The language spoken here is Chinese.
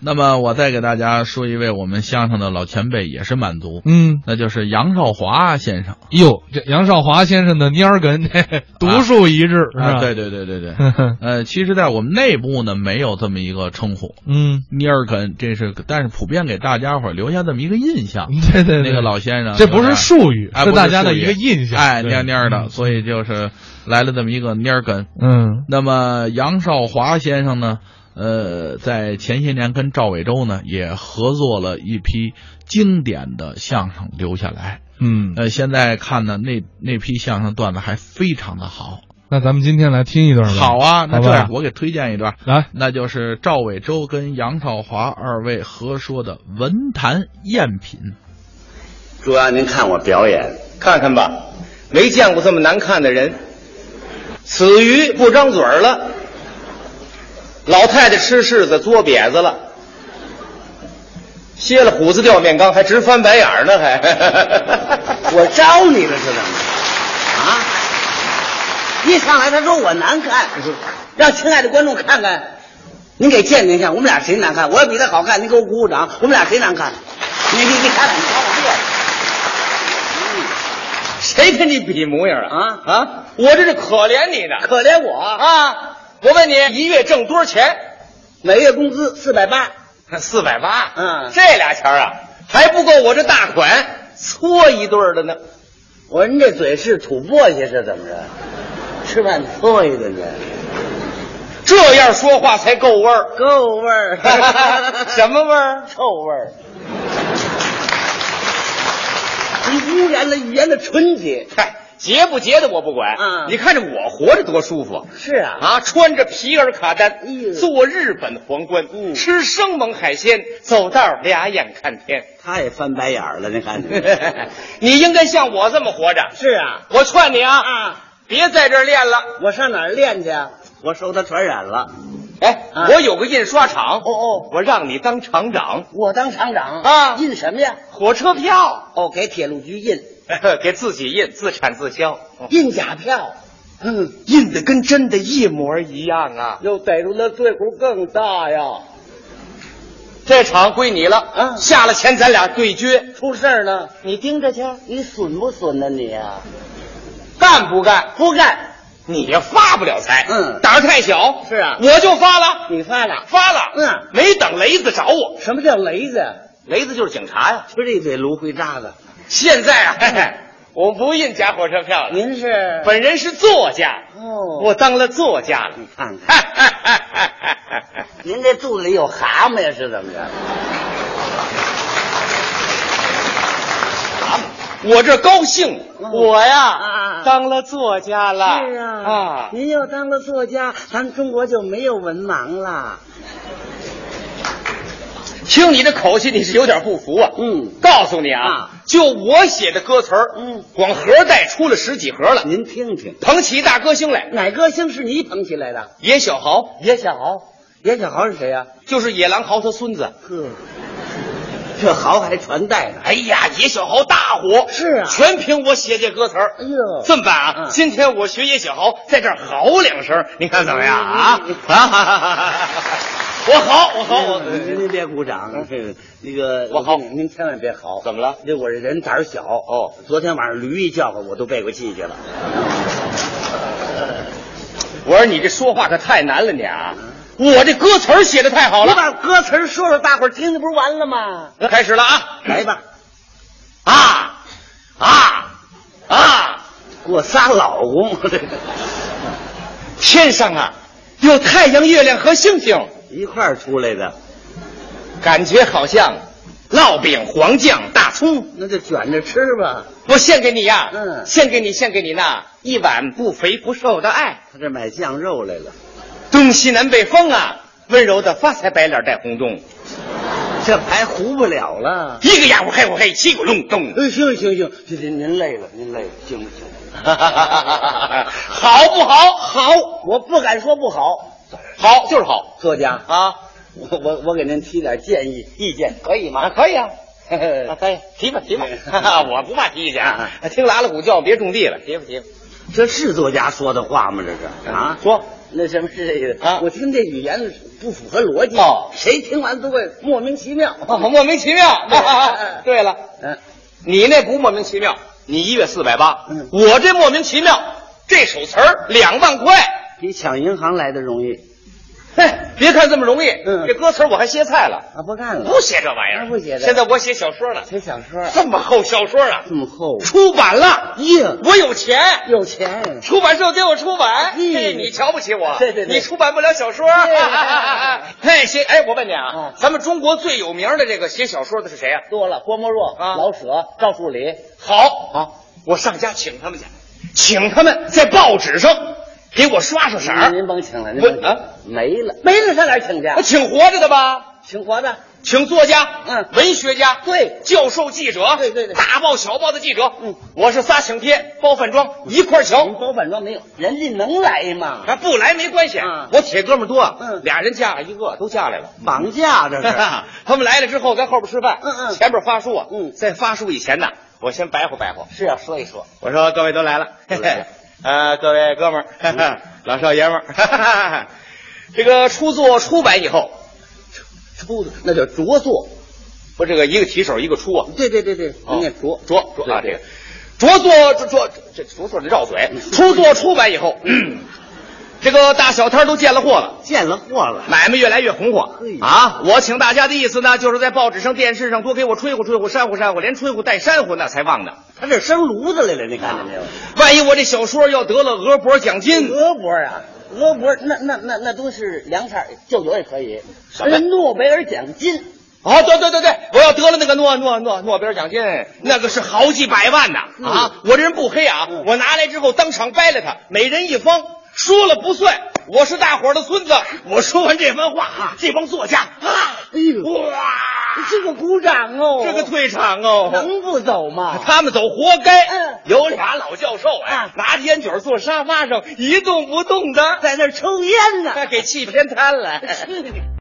那么我再给大家说一位我们相声的老前辈，也是满族，嗯，那就是杨少华先生。哟，这杨少华先生的蔫 儿跟这独树一帜，是吧？啊，对对对对对。呃，其实，在我们内部呢，没有这么一个称呼， 嗯，尼尔肯，这是，但是普遍给大家伙儿留下这么一个印象，对对对，那个老先生这不有是点术语，哎是不大家的术语一个印象，哎，对蔫蔫的，，所以就是来了这么一个蔫儿根。嗯那么杨少华先生呢，呃，在前些年跟赵伟洲呢也合作了一批经典的相声留下来。嗯，呃，现在看呢，那那批相声段子还非常的好。那咱们今天来听一段吧。好，啊，那好吧这样我给推荐一段，来，那就是赵伟洲跟杨少华二位合说的文坛赝品。主要您看我表演，看看吧，没见过这么难看的人。死鱼不张嘴儿了，老太太吃柿子嘬瘪子了，歇了虎子掉面缸，还直翻白眼儿呢， 还。我招你了是怎么？啊！一上来他说我难看，让亲爱的观众看看，您给鉴定一下，我们俩谁难看？我要比他好看，您给我鼓鼓掌。我们俩谁难看？你你你看看，你瞧我谁跟你比模样啊？啊啊！我这是可怜你这，呢可怜我啊！啊！我问你，一月挣多少钱？每月工资四百八，四百八。嗯这俩钱儿啊，还不够我这大款搓一顿儿的呢。我说您这嘴是吐簸箕是怎么着？吃饭搓一顿去，这样说话才够味 儿。够味 儿什么味儿？臭味儿。你污染了语言的纯洁。嗨，结不结的我不管。嗯你看着我活着多舒服是啊，啊！穿着皮尔卡丹哎呦，坐日本皇冠，嗯吃生猛海鲜，走道儿俩眼看天。 他也翻白眼儿了，您看见你应该像我这么活着。 是啊，我劝你啊，别在这儿练了。我上哪儿练去啊？我受他传染了。哎，啊我有个印刷厂，哦哦，我让你当厂长，我当厂长啊印什么呀？火车票 哦，给铁路局印给自己印，自产自销。印假票。嗯，印的跟真的一模一样啊！又逮住那罪过更大呀！这场归你了，嗯下了钱咱俩对决，出事儿了，你盯着去，你损不损呢你啊？干不干？不干，你也发不了财，嗯胆儿太小，是啊我就发了，你发了。发了，嗯没等雷子找我，什么叫雷子？雷子就是警察呀。就这嘴芦灰渣子。现在啊，嘿嘿嗯我不印假火车票了，您是本人是作家，哦我当了作家了你。看看，哈哈哈哈哈哈！ 您这肚子里有蛤蟆呀，是怎么着？我这高兴，嗯我啊呀啊当了作家了。是啊，您要当了作家，咱中国就没有文盲了。听你的口气，你是有点不服啊。嗯告诉你啊，啊就我写的歌词儿，嗯光盒带出了十几盒了。您听听，捧起大歌星来，哪歌星是你捧起来的？野小豪野小豪，野小豪是谁啊呀、就是野狼豪他孙子。呵，这豪还传代呢。哎呀，野小豪大火，是啊全凭我写这歌词儿。哎呦这么办啊？嗯今天我学野小豪，在这儿嚎两声，你看怎么样啊嗯？啊！哈哈哈哈我嚎，哦我嚎，我哎您您您别鼓掌，这个那个我好跟你您千万别好。怎么了？这我这人胆儿小哦，昨天晚上驴一叫唤，我都背过气去了。我说你这说话可太难了，你啊！我这歌词儿写的太好你了。把歌词儿说说，大伙儿听听，不是完了吗？开始了啊！来吧，啊啊啊！给我仨老公，这个天上啊，有太阳、月亮和星星，一块儿出来的。感觉好像烙饼、黄酱、大葱。那就卷着吃吧。我献给你呀、嗯献给你，献给你那一碗不肥不瘦的爱。他这买酱肉来了，东西南北风啊，温柔的发财，白脸带红鬃，这牌糊不了了。一个家伙嘿嘿嘿，七个隆咚。 哎，行行行，这您您累了，您累了，行不行？好不好？好，我不敢说不好，好就是好作家，啊。我我我给您提点建议意见，可以啊，吗？可以啊，嘿啊，嘿，可以，提吧提吧嗯 我不怕提意见啊，听了阿拉古叫别种地了，提吧提吧，这是作家说的话吗？这是啊，说那什么是这个啊我听这语言不符合逻辑，哦谁听完都会莫名其妙。哦莫名其妙。 对对了，嗯，你那不莫名其妙，你一月四百八嗯，我这莫名其妙，这首词儿两万块。比抢银行来的容易嘿，别看这么容易，嗯这歌词儿我还歇菜了，啊！不干了，不写这玩意儿，不写这嗯现在我写小说呢，写小说这么厚小说啊，这么厚，出版了，硬，我有钱，有钱。出版社给我出版，嗯嘿，你瞧不起我？对对对你出版不了小说。 嘿，写哎，我问你啊嗯，咱们中国最有名的这个写小说的是谁呀？多了，郭沫若、啊老舍、赵树理，好啊好，我上家请他们去，请他们在报纸上给我刷刷色儿。您甭请了，您我甭请啊没了，没了，上哪儿请去？啊我请活着的吧，请活的，请作家，嗯文学家，对教授、记者，对对对大报小报的记者，嗯，我是仨请帖，包饭庄一块儿请。您包饭庄没有，人家能来吗？啊，不来没关系，嗯我铁哥们儿多，嗯俩人嫁了一个，都嫁来了。绑架这是， 他们来了之后，在后边吃饭，嗯嗯前边发书啊，嗯在发书以前呢，我先白活白活。 是要啊说一说，我说各位都来了，嘿都来嘿 了，呃，各位哥们儿，哈嗯哈， 老少爷们儿，哈 哈哈这个初作出版以后，出的那叫着作，不是这个一个提手一个出啊，对对对对，哦人家着着着啊，这对嗯个着作着着这着作得绕嘴，初作出版以后，嗯这个大小摊儿都见了货了。见了货了，买卖越来越红火嘿啊！我请大家的意思呢，就是在报纸上、电视上多给我吹呼吹呼、煽呼煽呼，连吹呼带煽呼那才旺呢。他这生炉子来了，你看见没有？万一我这小说要得了鹅脖奖金，俄国啊，俄国那那那那都是凉菜，就酒也可以，什么人家诺贝尔奖金，哦，对对对对，我要得了那个诺诺诺诺贝尔奖金，那个是好几百万呐嗯啊！我这人不黑啊嗯，我拿来之后当场掰了他，每人一方，说了不算。我是大伙儿的孙子，我说完这番话啊，这帮作家啊，哎呦哇，这个鼓掌哦，这个退场哦，能不走 吗？他们走活该。嗯有俩老教授哎，啊拿着烟卷坐沙发上一动不动的， 在那儿抽烟呢。 给气偏瘫了。